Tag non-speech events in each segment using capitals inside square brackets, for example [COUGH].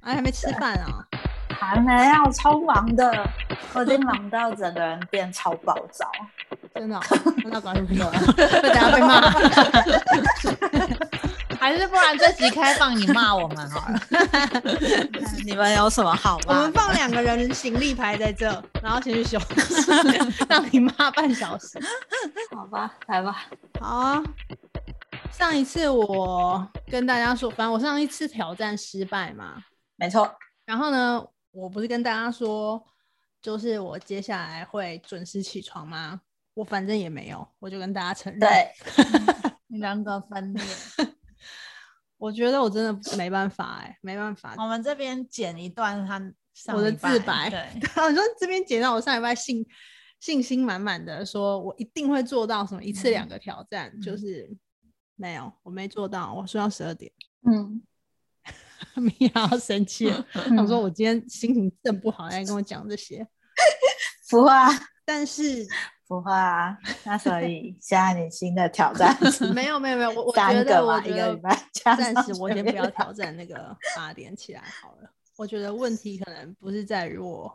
哎，还没吃饭啊？还没啊，我超忙的，我已经忙到整个人变超暴躁。 [LAUGHS] 真的哦、那搞什么？ [LAUGHS] 会等下被骂。还是不然这集开放你骂我们好了。你们有什么好我吗们？放两个人行李牌在这，然后先去休息，让你骂半小时。好吧，来吧，好啊。上一次我跟大家说，反正我上一次挑战失败嘛，没错，然后呢，我不是跟大家说，就是我接下来会准时起床吗？我反正也没有，我就跟大家承认。对，人格分 [LAUGHS] 裂。我觉得我真的没办法哎、没办法。 [LAUGHS] 我们这边剪一段他上我的礼拜自白对，你说这边姐到我上礼拜信信心满满的说，我一定会做到什么一次两个挑战，就嗯是没有，我没做到。我睡到十二点， [LAUGHS] 嗯，米娅要生气了， [LAUGHS] 我她说我今天心情真不好，在跟我讲这些。不会啊，但 [LAUGHS] 是不会啊。那所以现在你新的挑战是 [LAUGHS] 没有没有没有，我我觉三得个我嘛，觉一个礼得拜加上暂时我先不要全部挑战那个八点起来好了。我觉得问题可能不是在于我，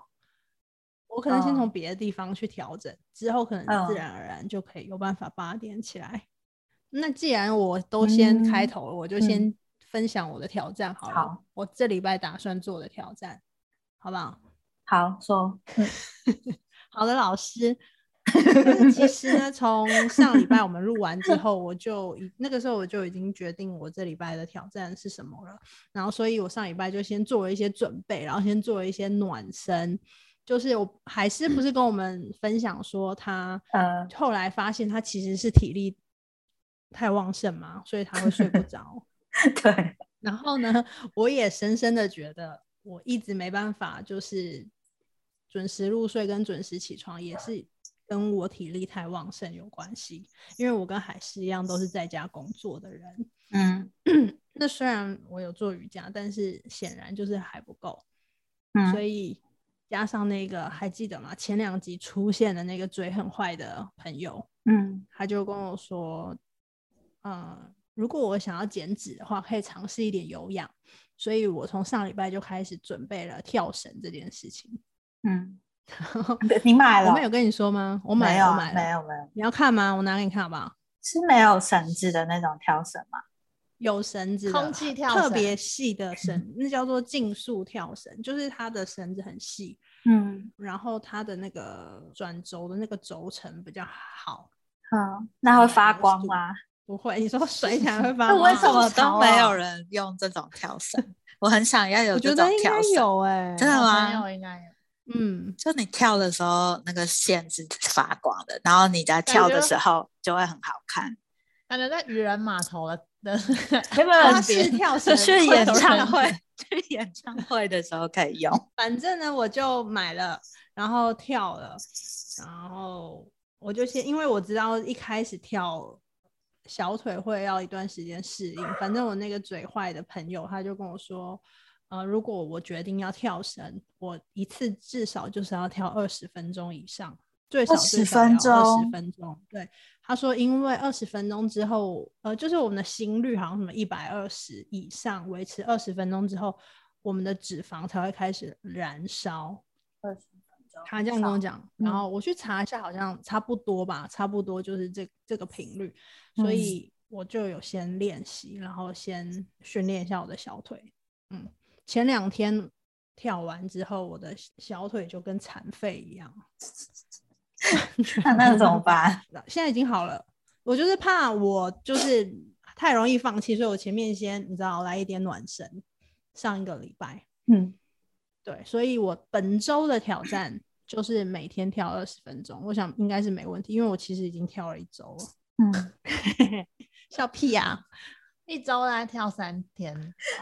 我可能先从嗯别的地方去调整，之后可能嗯自然而然就可以有办法八点起来。那既然我都先开嗯头了，我就嗯先分享我的挑战好了。好我这礼拜打算做的挑战，好不好？ [LAUGHS] 好说，好的，老师。那其实呢，从上礼拜我们录完之后，我就已那个时候我就已经决定我这礼拜的挑战是什么了。然后，所以我上礼拜就先做了一些准备，然后先做了一些暖身。就是我还是不是跟我们分享说他呃，后来发现他其实是体力太旺盛嘛，所以他会睡不着。对，然后呢，我也深深的觉得，我一直没办法，就是准时入睡跟准时起床，也是跟我体力太旺盛有关系。因为我跟海狮一样，都是在家工作的人。嗯那虽然我有做瑜伽，但是显然就是还不够，所嗯，以加上那个还记得吗？前两集出现的那个嘴很坏的朋友，嗯他就跟我说，呃，如果我想要减脂的话，可以尝试一点有氧。所以我从上礼拜就开始准备了跳绳这件事情。嗯，我 [LAUGHS] 你买了？没有跟你说吗？我买没有了，我啊买没了。有没有，你要看吗？我拿给你看好不好？是没有绳子的那种跳绳吗？有绳子的，空气跳特绳别细 [LAUGHS] 的绳，那叫做竞速跳绳，就是它的绳子很细，嗯，然后它的那个转轴的那个轴承比较好，好，那会发嗯光吗？不会，你说甩起来会发 [LAUGHS] 那光为啊什么我潮都没有哦人用这种跳绳，我很想要有我这觉种得应跳该绳。有欸哎、真的好吗像有应该有。嗯，就你跳的时候，那个线是发光的，然后你在跳的觉时候就会很好看。感觉在渔人码头的 [LAUGHS] 的没有没花有，式 [LAUGHS] 跳绳就去会演有人唱会， [LAUGHS] 去演唱会的时候可 [LAUGHS] 以用。反正呢，我就买了，然后跳了，然后我就先，因为我知道一开始跳小腿会要一段时间适应。反正我那个嘴坏的朋友，他就跟我说，呃，如果我决定要跳绳，我一次至少就是要跳二十分钟以上，最少20最少要分钟二十分钟。对，他说，因为二十分钟之后，呃，就是我们的心率好像什么一百二十以上，维持二十分钟之后，我们的脂肪才会开始燃烧。 20分钟他这样跟我讲，然嗯后我去查一下，好像差不多吧，差不多就是这这个频率，所嗯以我就有先练习，然后先训练一下我的小腿。嗯，前两天跳完之后，我的小腿就跟残废一样。 [LAUGHS] 那那怎么办？ [LAUGHS] 现在已经好了。我就是怕我就是太容易放弃，所以我前面先你知道来一点暖身。上一个礼拜，嗯，对，所以我本周的挑战就是每天跳二十分钟，我想应该是没问题，因为我其实已经跳了一周了。嗯，笑屁呀、一周来跳三天。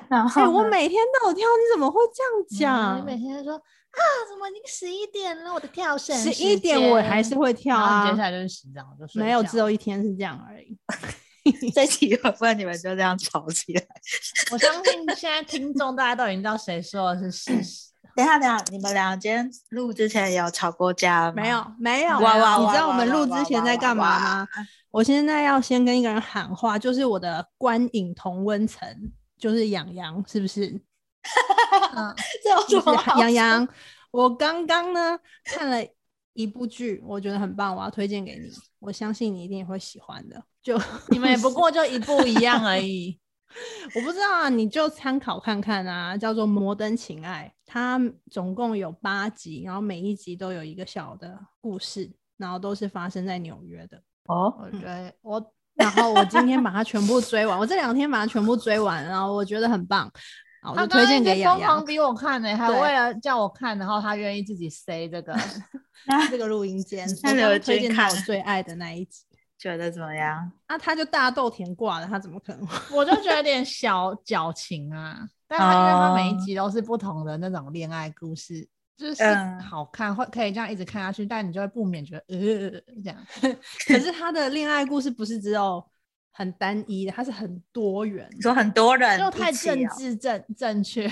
然哎、后我呢每天都有跳，你怎么会这嗯样你每讲？天都说啊，怎么已经十一点了？我的跳绳十时一点我间还是会跳然后你啊接下，来就是洗澡，就睡没有，觉只有一天是这样而已。这期会不会你们就这样吵起来？我相信现在听众大家都已经知道谁说的是事实。等一下等一下，你们俩今天录之前有吵过架嗯吗？没有，，没有。哇哇你哇知道我哇们哇录哇之前哇在哇干嘛哇吗？我现在要先跟一个人喊话，就是我的观影同温层，就是养羊，是不是？嗯，这 [LAUGHS] 有就什是么好？杨洋，我刚刚呢看了一部剧，我觉得很棒，我要推荐给你，我相信你一定也会喜欢的。就 [LAUGHS] 你们也不过就一步一样而已。我不知道啊，你就参考看看啊，叫做《摩登情爱》，它总共有八集，然后每一集都有一个小的故事，然后都是发生在纽约的。哦，我觉得我然后我今天把它全部追完，我这两天把它全部追完，然后我觉得很棒，啊，我他就推荐刚刚一给直洋疯洋狂。逼我看呢、欸还对为了叫我看，然后他愿意自己 say [LAUGHS] 这个，这个录音间，那我刘刚推军荐看他我了最爱的那一集。觉得怎么样？啊，他就大豆田挂了，他怎么可能会？ [LAUGHS] 我就觉得有点小矫情啊。但他因为他每一哦集都是不同的那种恋爱故事，就是嗯好看，会可以这样一直看下去，但你就会不免觉得呃这样。可是他的恋爱故事不是只有很单一的，他是很多元你，说很多人就太一起哦啊政治正正确，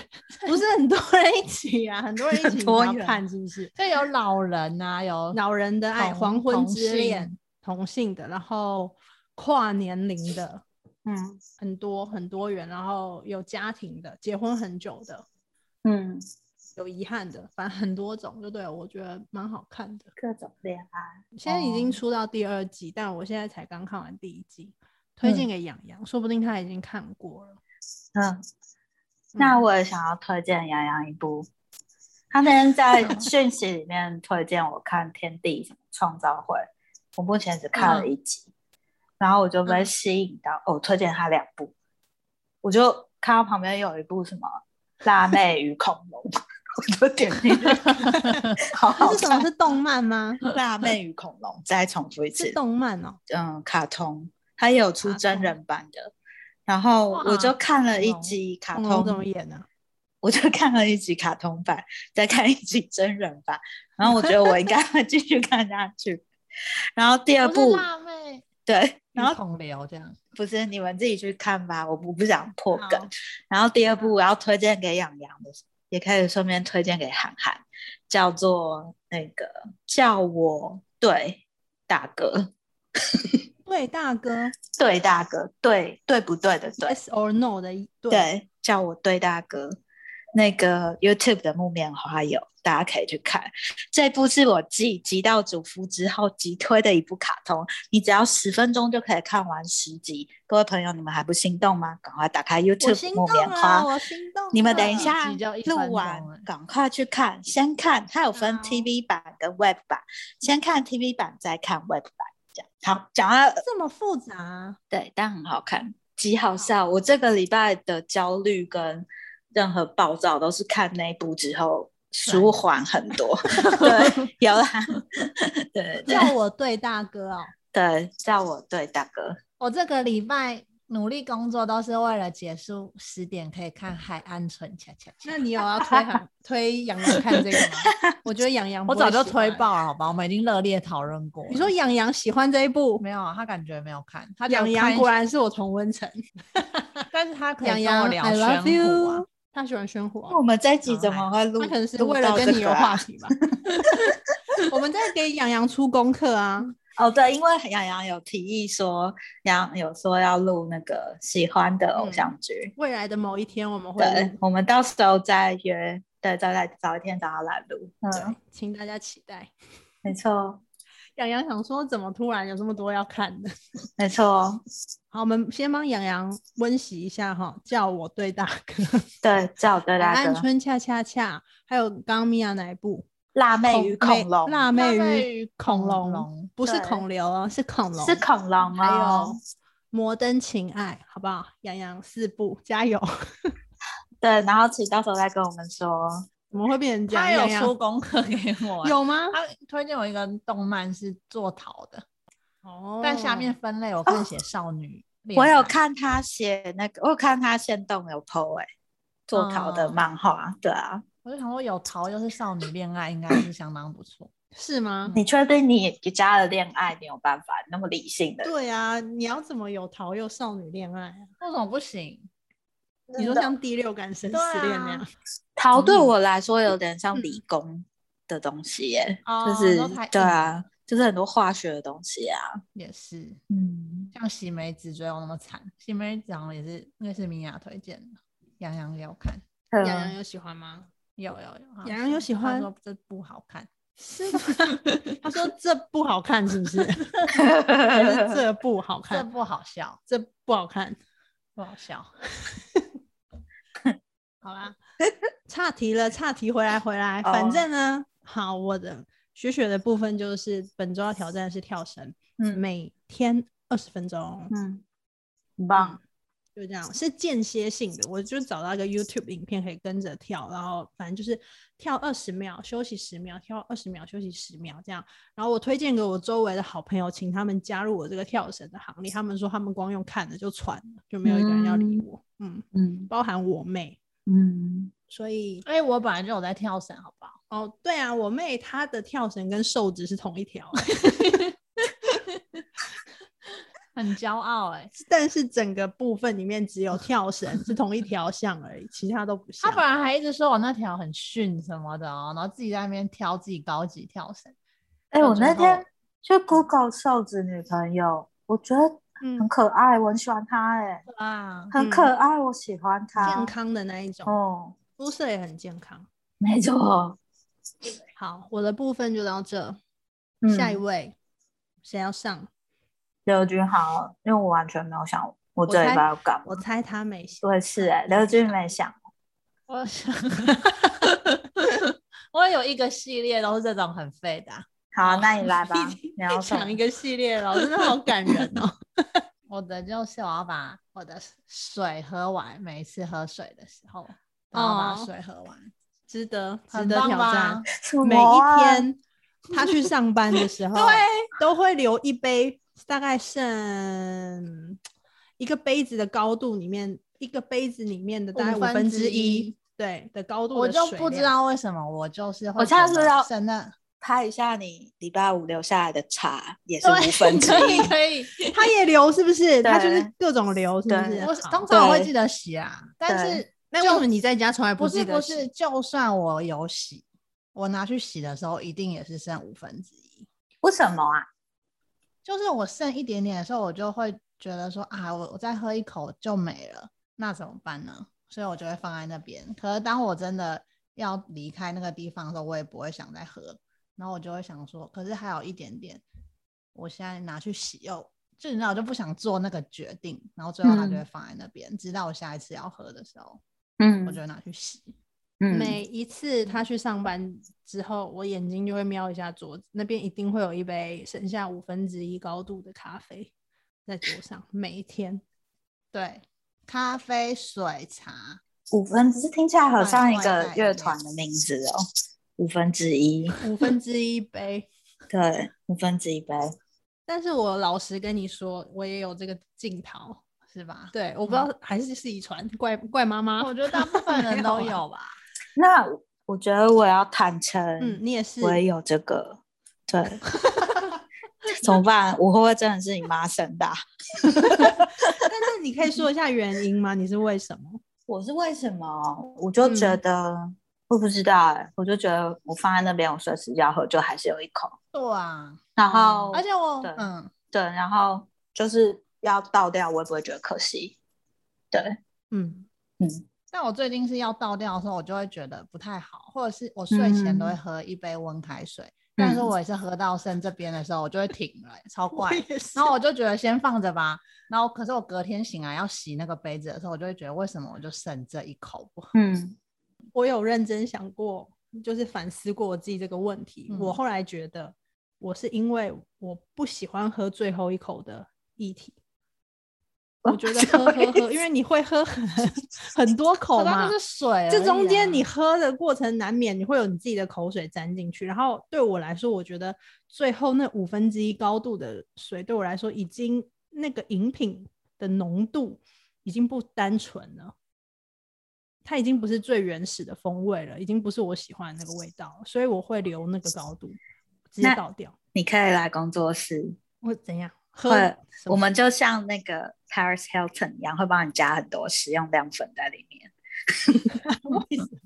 不是很多人一起啊，很多人一起多要元看是不 [LAUGHS] 是？就有老人啊，有老人的爱、同黄昏同之性恋、同性的，然后跨年龄的嗯很多很多元，然后有家庭的、结婚很久的、嗯，有遗憾的，反正很多种，就对了我觉得蛮好看的。各种恋爱。现在已经哦出到第二季，但我现在才刚看完第一季，推荐给洋洋，说不定他已经看过了。嗯，那嗯我也想要推荐洋洋一部。他那天 [LAUGHS] 在讯息里面推荐我看《天地什么创造会》，我目前只看了一集，然后我就被吸引到，哦，我推荐他两部，我就看到旁边有一部什么《辣妹与恐龙》，我就点进去， [LAUGHS] 好这好是什么？看。是动漫吗？辣妹与恐龙，再重复一次是，动漫哦、嗯，卡通，它也有出卡真通人版的。然后我就哇看了一恐龙集卡恐通，哦龙怎么演呢、我就看了一集卡通版，再看一集真人版，然后我觉得我应 [LAUGHS] 该会继续看下去。然后第二不是部，辣妹，对，然然后后同流这 [LAUGHS] 样。不是你们自己去看吧，我不不想破好梗。然后第二部我要推荐给养羊的，也可以顺便推荐给涵涵，叫做那个叫我对大哥，对，大哥对大哥，对对不对的对，Yes or No 的一对，对，叫我对大哥。那个 YouTube 的木棉花有，大家可以去看。这部是我继《极道主夫》之后急推的一部卡通，你只要十分钟就可以看完十集。各位朋友，你们还不心动吗？赶快打开我 YouTube 心木动棉了，花，我心动了。啊你们等一下一集就一分录钟完哎，赶快去看，先看，它有分欸好 TV 版跟 Web 版，先看 TV 版，再看 Web 版。这样好，讲到这么复杂啊、对，但很好看，极好笑。我这个礼拜的焦虑跟任何暴躁都是看那一部之后舒缓很 [LAUGHS] 多。对，有啦，对对叫我对大哥哦、对，叫我对大哥，我这个礼拜努力工作都是为了结束十点可以看《海岸村恰恰恰那》。你有要推 [LAUGHS] 韩推洋洋看这个吗？我觉得洋洋我不会早就喜推欢。爆了，好吧？我们已经热烈讨论过了。你说洋洋喜欢这一部，没有啊？他感觉没有看，他就洋看洋一果些，然是我同温层。但是他可洋以跟洋我聊玄乎啊。，他喜欢宣虎啊、那我们这一集怎么会录？他可能是哦录为了到跟这你个有啊话题吧。 [LAUGHS] 我们在给洋洋出功课啊，哦，对，因为杨洋有提议说，杨有说要录那个喜欢的偶嗯像剧，未来的某一天我们会对录，，我们到时候再约，对，再来找一天找他来录。嗯，请大家期待。没错，洋洋想说，怎么突然有这么多要看的？没错。哦好，我们先帮洋洋温习一下哈，叫我对大哥，对，叫对海大岸哥，村恰恰恰，还有刚刚米娅哪一部？辣妹与恐妹龙，辣妹与与恐龙，不是对恐流哦，是恐龙，是恐龙还有哦《。摩登情爱》，好不好？洋洋四部，加油！对，然后请到时候再跟我们说。怎么会变成这样？他有洋洋出功课给我、欸，有吗？他推荐我一个动漫是做陶的，哦但下面分类我看写少女恋我爱、有看他写那个，我有看他现动有 PO 哎、做陶的嗯漫画。对啊，我就想说有陶又是少女恋爱，应该是相当不错。是吗？你确定你你加了恋爱，你有办法你那么理性的？对啊，你要怎么有桃又少女恋爱啊？为什么不行？你说真的像第六感生对死恋那啊样，陶对嗯我来说有点像嗯理工的东西耶、哦就你是说太对硬啊，就是很多化学的东西啊。也是，嗯，像喜梅子追我那么惨，喜梅子好像也是，因为是米娅推荐的，杨洋也有看。洋洋嗯，有喜欢吗？有有有，好洋洋有喜他欢说这不好看，他 [LAUGHS] 说这不好看，是不 [LAUGHS] 是？还是这不好这看，不好笑，这不好看。不好笑。好啦，岔题了，岔题回来回来，反哦正呢，好，我的学学的部分就是本周要挑战的是跳绳，嗯每天二十分钟，嗯，很棒，就这样，是间歇性的。我就找到一个 YouTube 影片可以跟着跳，然后反正就是跳二十秒，休息十秒，跳二十秒，休息十秒这样。然后我推荐给我周围的好朋友，请他们加入我这个跳绳的行列。他们说他们光用看的就喘了，就没有一个人要理我，嗯，嗯包含我妹。嗯，所以哎，我本来就有在跳绳，好不好？哦，对啊，我妹她的跳绳跟瘦子是同一条， [LAUGHS] 很骄傲哎，但是整个部分里面只有跳绳是同一条项而已，其他都不像他。本来还一直说我那条很逊什么的哦，然后自己在那边挑自己高级跳绳。哎，那我之那后天去 Google 瘦子女朋友，我觉得很嗯，可爱，我很喜欢她，哎，啊，很可爱，我喜欢她健，康的那一种，哦，肤色也很健康。没错，好，我的部分就到这，下一嗯位谁要上？刘君豪，因为我完全没有想我这礼猜拜要干嘛我，猜他没戏。对，是哎，刘君没想，我想，我有一个系列都是这种很废的啊、好，那 [LAUGHS] 你来吧，你要一什么讲一个系列了，真的好感人哦。我的就是我要把我的水喝完，每一次喝水的时候，我要把哦水喝完，值得，值哦很得棒挑吧战。什么每一啊天他去上班的时候，对，都会留一杯，大概剩一个杯子的高度里面，一个杯子里面的大概五五分分之之一一，对的高度我的就水不知量。道为什么我就是会我下觉次得要真的拍一下你礼拜五留下来的茶，也是 [LAUGHS] 对五分之可以一。可 [LAUGHS] 以，他也流是不是？他就是对各种流是不是对？我好通常我会对记得洗啊，但是那为什么你在家从来不记是得不洗？是，就算我有洗，我拿去洗的时候一定也是剩五分之一。为什么啊？就是我剩一点点的时候，我就会觉得说啊，我我再喝一口就没了，那怎么办呢？所以我就会放在那边。可是当我真的要离开那个地方的时候，我也不会想再喝，然后我就会想说，可是还有一点点，我现在拿去洗又，就你知道，我就不想做那个决定，然后最后它就会放在那边，直到我下一次要喝的时候，嗯我就会拿去洗。嗯每一次他去上班之后，我眼睛就会瞄一下桌子，那边一定会有一杯剩下五分之一高度的咖啡在桌上，每一天。对，咖啡、水、茶，五分之听起来好像一个乐团的名字哦，五分之一，五分之一杯。对，五分之一杯。但是我老实跟你说，我也有这个镜头。是吧？对，我不知道、还是是遗传，怪怪妈妈。嗯我觉得大部分没人有都啊有吧。那我觉得我要坦诚，嗯，你也是。我也有这个， [LAUGHS] 对，怎么办？我会不会真的是你妈生的啊？但是你可以说一下原因吗？你是为什么？ [LAUGHS] 我是为什么？我就觉嗯得、我不知道、欸，我就觉得我放在那边，我随时要喝，就还是有一口。 [LAUGHS] 对啊，然哦后，而且我对嗯，对，然后就是要倒掉，我也不会觉得可惜。对，嗯，嗯，但我最近是要倒掉的时候，我就会觉得不太好，或者是我睡前都会嗯喝一杯温开水，但是嗯我也是喝到剩这边的时候，我就会停了欸、超怪。也是然后我就觉得先放着吧，然后可是我隔天醒来要洗那个杯子的时候，我就会觉得为什么我就剩这一口不喝？嗯我有认真想过，就是反思过我自己这个问题。我嗯后来觉得，我是因为我不喜欢喝最后一口的液体。哦我觉得 [LAUGHS] 喝喝喝，因为你会喝很 [LAUGHS] 很多口可它嘛就，是水、啊这中间你，喝的过程难免你会有你自己的口水沾进去。然后对我来说，我觉得最后那五分之一高度的水对我来说已经那个饮品的浓度已经不单纯了。它已经不是最原始的风味了，已经不是我喜欢的那个味道了，所以我会留那个高度，直接那倒掉。你可以来工作室，我怎样喝会什我么？们就像那个 Paris Hilton 一样，会帮你加很多食用淀粉在里面。 [LAUGHS]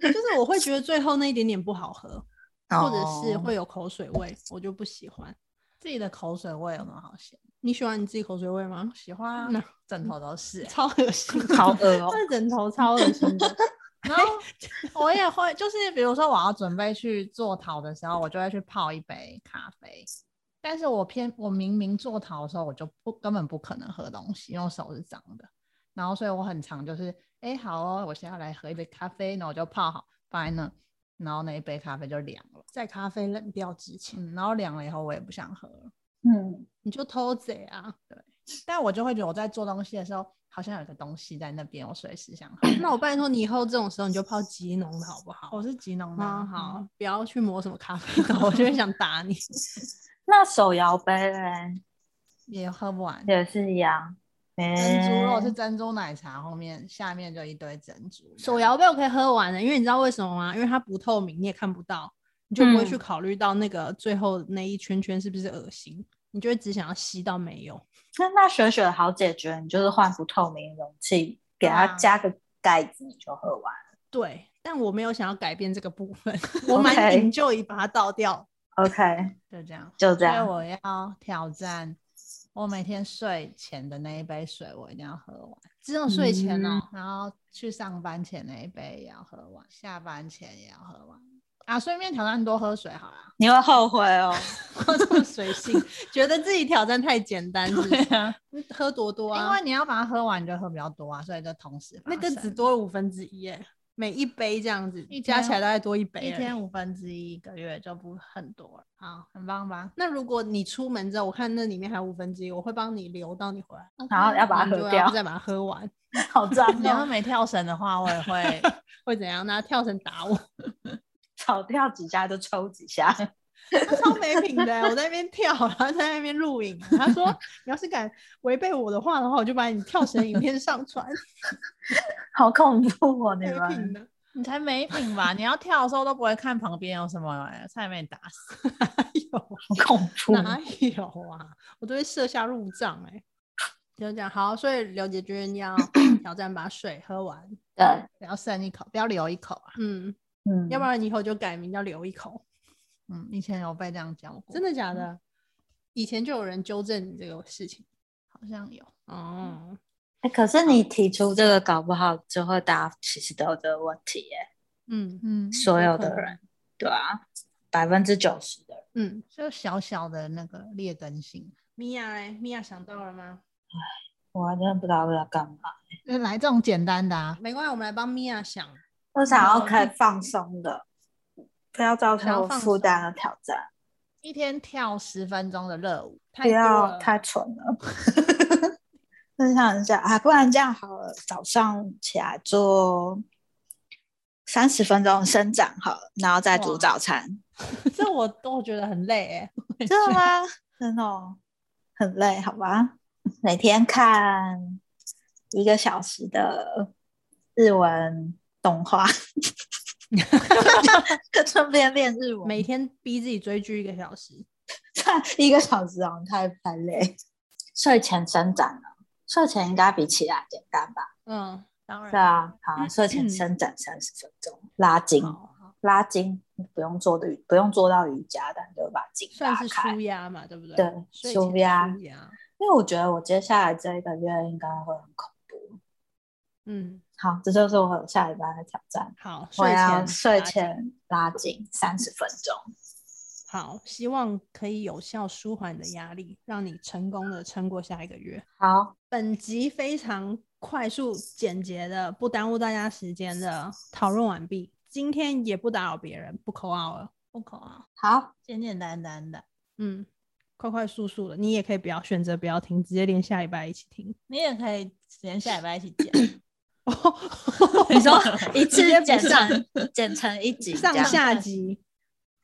就是我会觉得最后那一点点不好喝，或者是哦 [LAUGHS] 会有口水味，我就不喜欢。自己的口水味有没有好咸？你喜欢你自己口水味吗？喜欢那啊，枕头都是欸、超恶心， [LAUGHS] 好恶哦、那枕头超恶心 [LAUGHS] 的。然后我也会，就是比如说我要准备去做陶的时候，我就会去泡一杯咖啡。但是我偏我明明做陶的时候，我就不根本不可能喝东西，因为我手是脏的。然后所以我很常就是，哎、好哦，我现在来喝一杯咖啡，那我就泡好放在那，然后那一杯咖啡就凉了。在咖啡冷掉之前，嗯，然后凉了以后我也不想喝了，嗯，你就偷贼啊！但我就会觉得我在做东西的时候，好像有个东西在那边，我随时想喝。那我拜托你以后这种时候你就泡吉农的好不好？我是吉农的啊，啊，好，不要去磨什么咖啡豆，我就会想打你。那手摇杯嘞也喝不完。也是一样，珍珠如哎果是珍珠奶茶，后面下面就一堆珍珠。 [LAUGHS] 手摇杯我可以喝完的，因为你知道为什么吗？因为它不透明，你也看不到，你就不会去嗯考虑到那个最后那一圈圈是不是恶心，你就会只想要吸到没有。那那雪雪好解决，你就是换不透明容器，给它对啊加个盖子，你就喝完。对，但我没有想要改变这个部 [LAUGHS] 分，我蛮 OK 引咎于把它倒掉。 OK，就这样，就这所以样。我要挑战我每天睡前的那一杯水，我一定要喝完。只有睡前哦，然后去上班前那一杯也要喝完，下班前也要喝完。啊，顺便挑战多喝水好啦。你会后悔哦。我 [LAUGHS] 这么随性，觉得自己挑战太简单，是不是啊，喝多多啊，因为你要把它喝完，你就喝比较多啊，所以就同时发那个只生多了五分之一耶，每一杯这样子，一加起天来大概多一杯一而已天五分之一，一个月就不很多了。好，很棒吧？那如果你出门之后，我看那里面还有五分之一，我会帮你留到你回来，哦然啊后要把它你喝就要掉再把它喝完，好脏 [LAUGHS] 你要哦！没跳绳的话，我也会会怎样？拿跳绳打 [LAUGHS] 我，少掉几下就抽几下。他超没品的。欸我在那边跳，然后在那边录影。啊他 [LAUGHS] 说：“你要是敢违背我的话的话，我就把你跳绳影片上 [LAUGHS] 传。好恐怖哦！”你没品们的，你才没品吧？你要跳的时候都不会看旁边有什么、欸，差点被你打死。 [LAUGHS] 哪有好恐怖，哪 [LAUGHS] 有啊？我都会设下入账哎、就这样，好，所以刘杰君要 [CLEARS THROAT] 挑战把水喝完，对，不要剩一口，不要留一口啊。嗯，哦嗯，要不然以后就改名叫留一口。嗯，以前有被这样教过，真的假的？以前就有人纠正你这个事情。好像有。哦，欸可是你提出这个，搞不好就会大家其实都有这个问题耶。嗯嗯，所有可的能人，对啊，百分之九十的人，嗯，就小小的那个劣根性，米娅嘞，米娅想到了吗？我还真的不知道要干嘛。就来这种简单的啊。没关系，我们来帮米娅想。我想要可以放松的，不嗯要造成我负担的挑战，一天跳十分钟的热舞，太不多要了，太蠢了。 [LAUGHS] 分享一下啊，不然这样好了，早上起来做三十分钟伸展好了，然后再煮哇早餐。这我都觉得很累欸哎。真的吗？真的、哦，很累，好吧？每天看一个小时的日文动 [LAUGHS] 画，顺便练日文。每天逼自己追剧一个小时，看一个小时哦，太太累。睡前伸展了，睡前应该比起来简单吧？嗯，当然对啊，嗯好，睡前伸展三十分钟，拉筋，拉筋不用做的，不用做到瑜伽，但就把筋算拉是开。舒压嘛，对不对？对睡舒前舒压压。因为我觉得我接下来这一个月应该会很恐怖。嗯，好，这就是我下礼拜的挑战。好，我睡要前睡打紧前拉紧三十分钟。好，希望可以有效舒缓你的压力，让你成功的撑过下一个月。好，本集非常快速、简洁的，不耽误大家时间的讨论完毕。今天也不打扰别人，不扣奥了。不口啊，好，简简单单的。嗯，快快速速的，你也可以不要选择不要听，直接连下礼拜一起 [LAUGHS] 听。你也可以连下礼拜一起剪。 [LAUGHS] 你 [LAUGHS] 说一次直接剪不成剪成一集这上样下集，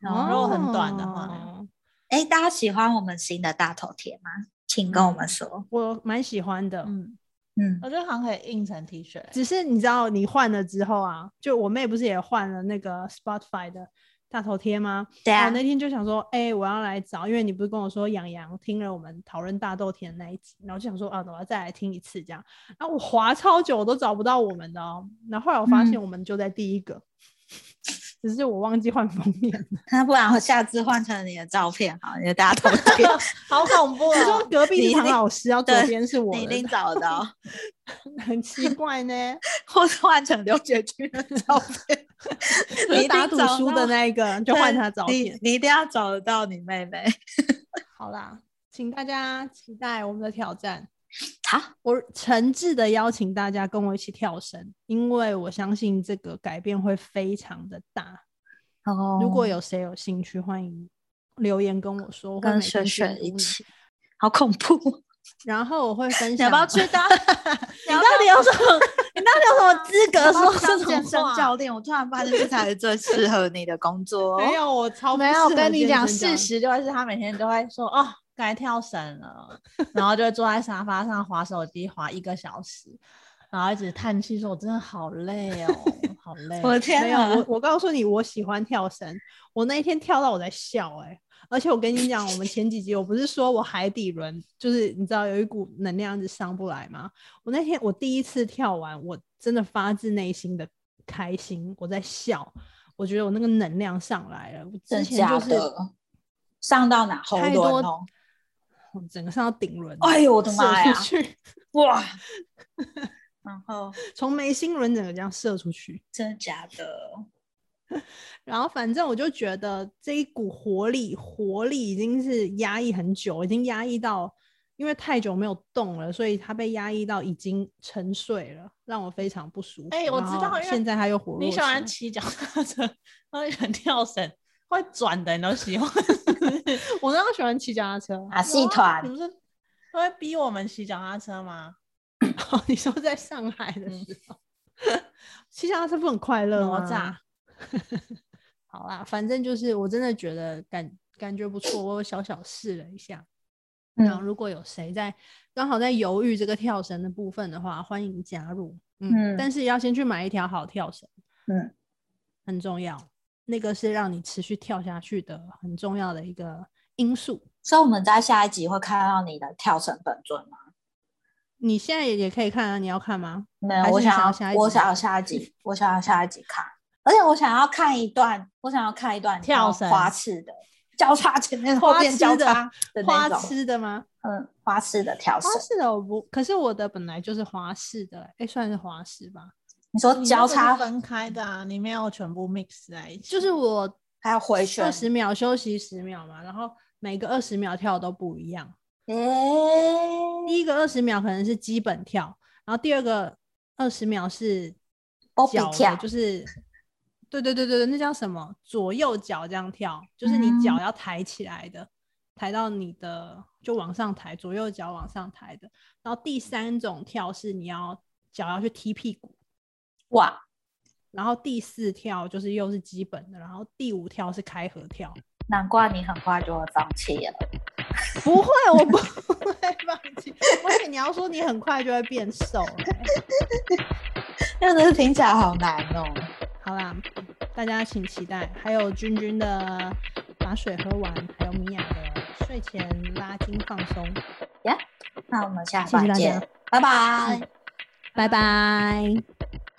哦如果很短的话哦，哎，大家喜欢我们新的大头贴吗？请跟我们说。我蛮喜欢的。嗯，嗯，我觉得好像可以印成 T 恤欸。只是你知道，你换了之后啊，就我妹不是也换了那个 Spotify 的大头贴吗？对我啊，那天就想说，哎、我要来找，因为你不是跟我说杨洋听了我们讨论大豆田那一集，然后就想说，啊，我要再来听一次这样。然后我划超久，我都找不到我们的哦。然后后来我发现嗯我们就在第一个，只是我忘记换封面 [LAUGHS] 了。 [LAUGHS] 那不然我下次换成你的照片好，因为大家都贴好恐怖、你说哦！隔壁你是唐一定老师，然后左对边是 [LAUGHS] 我你一的定找得 [LAUGHS] 到，很奇怪呢。或是换成刘雪君 [LAUGHS] 的照片，就 [LAUGHS] 你是一打定赌找输到的那一个就换他照你片。你一定要找得到你妹妹。 [LAUGHS] 好啦，请大家期待我们的挑战。好，我诚挚的邀请大家跟我一起跳绳，因为我相信这个改变会非常的大。哦如果有谁有兴趣，欢迎留言跟我说，我会每跟天璇璇监督一你，起，好恐怖！然后我会分 [LAUGHS] 你享。要不要去当？你你要到底 [LAUGHS] 有什么？你到底有什么资格说这当健种身话？教练？我突然发现这才是最适合你的工作哦。没有，我超不没有适合跟你健讲身事教实，就是他每天都会说哦，该跳绳 [LAUGHS] 了，然后就会坐在沙发上划手机划一个小时，然后一直叹气说：“我真的好累哦，好 [LAUGHS] 累。我的没天有，啊我！我告诉你，我喜欢跳绳。我那一天跳到我在笑哎、而且我跟你讲，我们前几集我不是说我海底轮就是你知道有一股能量一直上不来吗？我那天我第一次跳完，我真的发自内心的开心，我在笑，我觉得我那个能量上来了。我之真前假就是的？上到哪喉太轮多哦？我整个上到顶轮，哎呦我的射妈呀出去， [LAUGHS] 哇！然后从眉心轮整个这样射出去。真的假的？然后反正我就觉得这一股活力，活力已经是压抑很久，已经压抑到，因为太久没有动了，所以它被压抑到已经沉睡了，让我非常不舒服。哎我然知道后因为现在它又活络你起喜欢来。骑脚踏车，然后喜欢跳绳，会转的你都喜 [LAUGHS] 欢。我那时候喜欢骑脚踏车。啊，戏哦你嗯团不是都会逼我们骑脚踏车吗？哦， [LAUGHS] 你说在上海的时候， [LAUGHS] 骑脚踏车不很快乐哪吗？吒啊好啦，反正就是我真的觉得感感觉不错，我有小小试了一下。然后嗯如果有谁在刚好在犹豫这个跳绳的部分的话，欢迎加入。嗯，嗯但是要先去买一条好跳绳，嗯，很重要。那个是让你持续跳下去的很重要的一个因素。所以我们在下一集会看到你的跳绳本尊吗？你现在也也可以看啊，你要看吗？没还有，是我你想想要下要一我集想要下 [LAUGHS] 一集，我想要下一集看，而且我想要看一段，我想要看一段跳然后绳花式的交叉前面后花面痴交的叉的花那种，痴的吗？嗯，花式的跳花绳。式的我不，可是我的本来就是花式的、哎、算是花式吧。你说你那交个是叉分开的啊，你没有全部 mix 在一起，就是我还有回旋二，十秒休息十秒嘛，然后每个二十秒跳的都不一样。诶、第一个二十秒可能是基本跳，然后第二个二十秒是波比脚的跳就是对对对对对，那叫什么？左右脚这样跳，就是你脚要抬起来的，抬到你的就往上抬，左右脚往上抬的。然后第三种跳是你要脚要去踢屁股，哇，然后第四跳就是又是基本的，然后第五跳是开合 [LAUGHS] 跳。难怪你很快就会放弃了。不会，我不会放弃。而且你要说你很快就会变瘦、 [LAUGHS] 欸真的是听起来好难哦。好啦，大家请期待，还有君君的把水喝完，还有米娅的睡前拉筋放松，那我们下谢谢次大见家，拜拜。拜拜。